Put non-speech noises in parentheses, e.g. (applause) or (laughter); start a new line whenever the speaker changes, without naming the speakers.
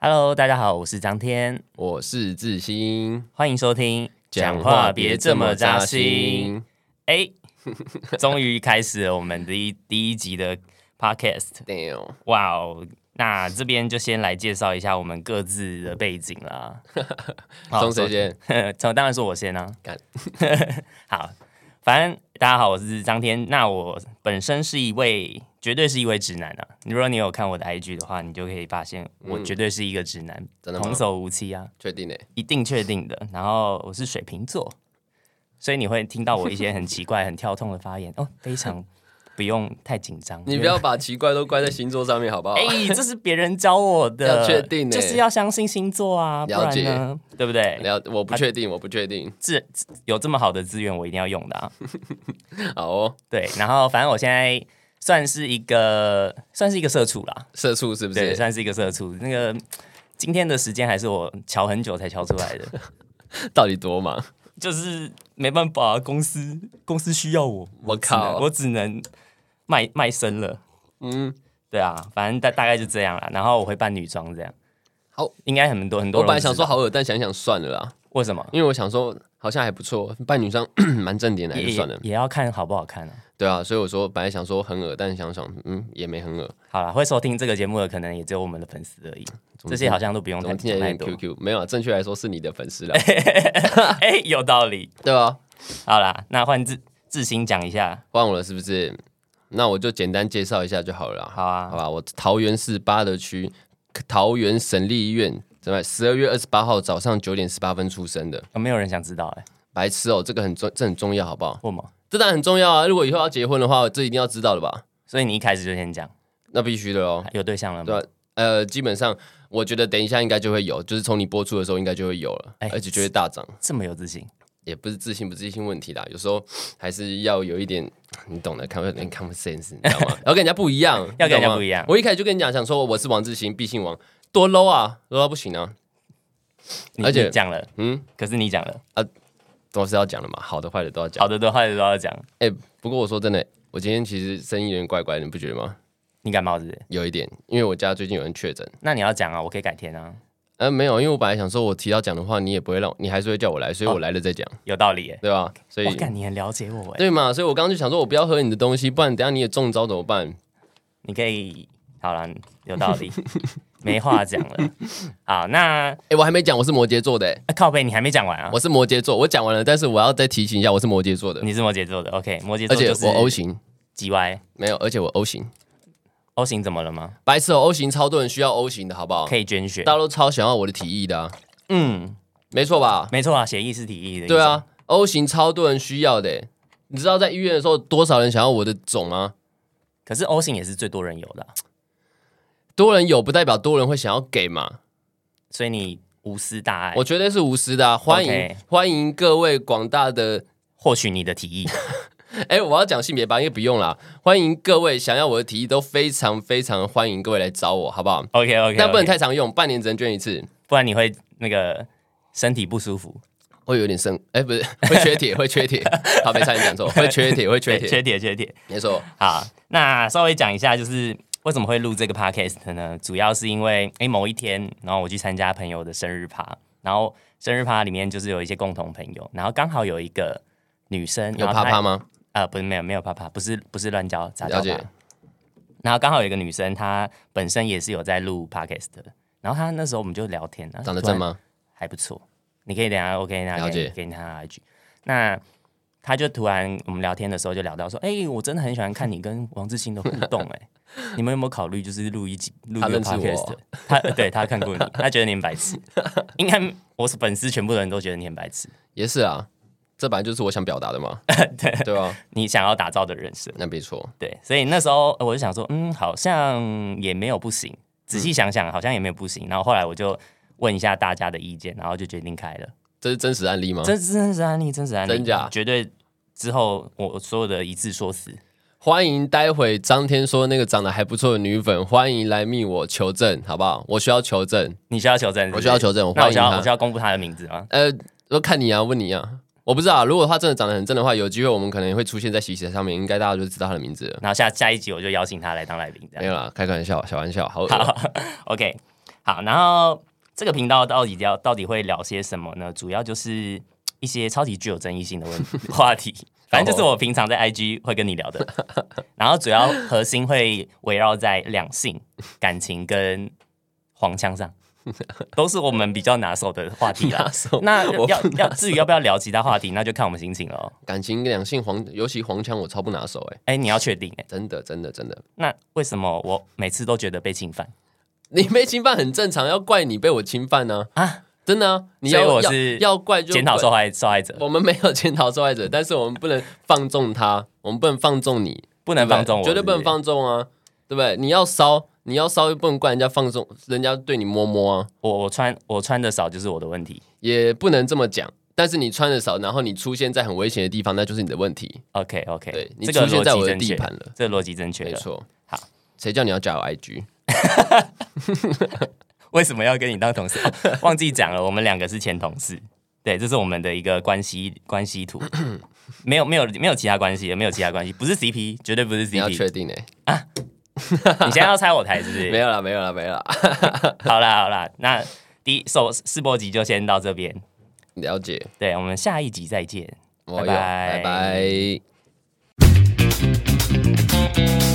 Hello，大家好，我是张天，
我是志新，
欢迎收听。
心。
哎， (laughs) 终于开始了我们的一第一集的 Podcast。
Damn，
哇哦！那这边就先来介绍一下我们各自的背景啦。好
(laughs) 从谁？先？
首 (laughs) 从当然是我先啊
干。
(laughs) 好，反正大家好，我是张天。那我本身是一位，绝对是一位直男啊。如果你有看我的 IG 的话，你就可以发现我绝对是一个直男，
嗯真的吗
童叟无欺啊，
确定呢？欸
一定确定的。然后我是水瓶座，所以你会听到我一些很奇怪、很跳痛的发言哦，非常不用太紧张。
你不要把奇怪都怪在星座上面，好不好
哎、？这是别人教我的，
要确定欸
就是要相信星座啊，不
了
然
解
呢，对不对？
了，我不确定，我不确定。
这有这么好的资源，我一定要用的啊。
好哦，
对，然后反正我现在算是一个，算是一个社畜啦，
社畜是不
对，
是？
算是一个社畜。那个今天的时间还是我瞧很久才瞧出来的，
到底多忙？
就是没办法，公司公司需要我，
我
只能
靠！
我只能卖卖身了。
嗯，
对啊，反正大大概就这样啦。然后我会扮女装这样。
好，
应该很多很多
我
人
本来
知道
想说好恶，但想想算了啦，
为什么？
因为我想说好像还不错，扮女生 (coughs) 蛮正点的，还
也
是算了。
也也要看好不好看啊。
对啊，所以我说本来想说很恶，但想想嗯也没很恶。
好了，会收听这个节目的可能也只有我们的粉丝而已，
嗯总
这些好像都不用
怎
太
么听起来
太
有
多
点。QQ？没
(laughs)
有啊，正确来说是你的粉丝啦，
哎、有道理。
对啊，
好啦，那换志志新讲一下。
换我了是不是？那我就简单介绍一下就好了啦。
好啊
好，吧，我桃园市八德区桃园省立医院，怎么十二月二十八号早上九点十八分出生的？
有没有人想知道、哎，
白痴哦，这个很重，这很重要，好不好？
不吗？
这当然很重要啊！如果以后要结婚的话，这一定要知道的吧？
所以你一开始就先讲，
那必须的哦。
有对象了吗？
对啊
哎
呃，基本上我觉得等一下应该就会有，就是从你播出的时候应该就会有了，
哎
而且就会大涨。
这么有自信，
也不是自信不自信问题啦，有时候还是要有一点，你懂的，common common sense，你知道吗？
(laughs)
要跟人家不一样，
要跟人家
你懂吗
不一样
我一开始就跟你讲，想说我是王志兴，必姓王，多 low 啊，low 到不行啊，
你
而且
你讲了，
嗯，
可是你讲了，
都是要讲的嘛，好的坏的都要讲。
好的都坏的都要讲。
哎、不过我说真的，我今天其实声音有点怪怪的，你不觉得吗？
你感冒是不是？
有一点，因为我家最近有人确诊。
那你要讲啊，我可以改天啊，
呃，没有，因为我本来想说，我提到讲的话，你也不会让我，你还是会叫我来，所以我来了再讲，
有道理耶、
对吧？所以
哦我感你很了解我哎、
对嘛，所以我刚刚就想说，我不要喝你的东西，不然等一下你也中招怎么办？
你可以好了，有道
(laughs)
理，没话讲了。好，那、
哎、我还没讲，我是摩羯座的、哎
啊靠背你还没讲完啊？
我是摩羯座，我讲完了，但是我要再提醒一下，我是摩羯座的，
你是摩羯座的，OK？摩羯
而
座
且
就是
我 O 型，
G Y
没有，而且我 O 型，
O 型怎么了吗？
白痴哦，O 型超多人需要 O 型的好不好？
可以捐血
大。家都超想要我的提议的、啊，
嗯，
没错吧？
没错啊，协议是提议的。
对，啊，O 型超多人需要的、欸你知道在医院的时候多少人想要我的种啊吗？
可是 O 型也是最多人有的啊、
多人有不代表多人会想要给嘛，
所以你无私大爱
我，绝对是无私的、啊，欢迎
哎 OK
欢迎各位广大的， (laughs)
获取你的提议。
哎、我要讲性别吧，因为不用啦，欢迎各位想要我的提议都非常非常欢迎各位来找我，好不好？
OK OK，
但不能，太常用，半年只能捐一次。
不然你会那个身体不舒服，
会有点生， (laughs) 哎、不是，会
(laughs)
缺铁，会缺铁。好，没差点讲错，会缺铁，会缺
对
铁，
缺铁缺铁。
没错。
好，那稍微讲一下，就是为什么会录这个 podcast 呢？主要是因为诶某一天，然后我去参加朋友的生日趴，然后生日趴里面就是有一些共同朋友，然后刚好有一个女生
有
然后
啪
她
啪吗？
呃，不是没有没有啪啪，不是不是乱交杂交
了解
吧。然后刚好有一个女生，她本身也是有在录 podcast 的，然后她那时候我们就聊天啊，
长得
突然
正吗？
还不错，你可以等一下 OK，那
了
给你
解
给你他的 IG。那他就突然我们聊天的时候就聊到说，哎、我真的很喜欢看你跟王志新的互动、哎， (laughs) 你们有没有考虑就是录一集录
他
一个
认识我哦
podcast？他对他看过你，他觉得你很白痴，应该我粉丝全部的人都觉得你很白痴，
也是啊，这本来就是我想表达
(laughs)
的嘛。对对啊，
你想要打造的人设，
那没错。
对，所以那时候呃我就想说，嗯，好像也没有不行，仔
嗯
细想想好像也没有不行，然后后来我就问一下大家的意见，然后就决定开了。
这是真实案例吗？
真真实案例，真实案例，
真假
绝对之后我所有的一致说死，
欢迎待会张天说那个长得还不错的女粉，欢迎来密我求证，好不好？我需要求证，
你需要求证是不是
我需要求证，我
那我
欢迎
需要我需
他。
要公布他的名字吗？
呃，都看你啊，问你啊。我不知道啊、如果他真的长得很正的话，有机会我们可能会出现在喜喜上面，应该大家就知道他的名字了。
然后下下一集我就邀请他来当来宾，这
没
样
啊有啦，开个玩笑，小玩笑，好恶。
好 OK 好，然后这个频道到底要到底会聊些什么呢？主要就是一些超级具有争议性的问
(laughs)
话题，反正就是我平常在 IG 会跟你聊的，然后主要核心会围绕在两性、感情跟黄腔
(laughs)
上，都是我们比较拿手的话题啦
拿。手
那
我
要
不
要至于要不要聊其他话题，那就看我们心情了。
感情两性黄，尤其黄腔我超不拿手哎、
哎、你要确定哎、
真的真的真的，
那为什么我每次都觉得被侵犯？
你被侵犯很正常，要怪你被我侵犯呢啊真的啊，你
所以
要
我
要
是
要怪就哦
检讨
怪
受害受害者，
我们没有检讨受害者，但 (laughs) 是我们不能放纵他，我们不能放纵你，
不
不
能放纵我，
绝对不能
是是。
放纵啊，对不对？你要骚，你要骚又不能怪人家放纵，人家对你摸摸啊，
我我穿我穿的少就是我的问题。
也不能这么讲。但是你穿的少，然后你出现在很危险的地方，那就是你的问题。
OK OK，
对你
这个
出现在
逻
我
辑
的
正
地
确，
盘了，
这个逻辑正确
没
的。
错。
好，
谁叫你要加我 IG？
为什么要跟你当同事？哦忘记讲了，我们两个是前同事。对，这是我们的一个关系关系
(clears throat)
图，没有没有没有其他关系，没有其他关系，不是 CP，绝对不是
你要
CP。
确定哎、
你现在要拆我台是不
(laughs) 没
是？
有啦，没有啦，没有啦。
好啦好啦，那第一首试播集就先到这边，
了解，
对我们下一集再见。
我有，
拜拜
拜拜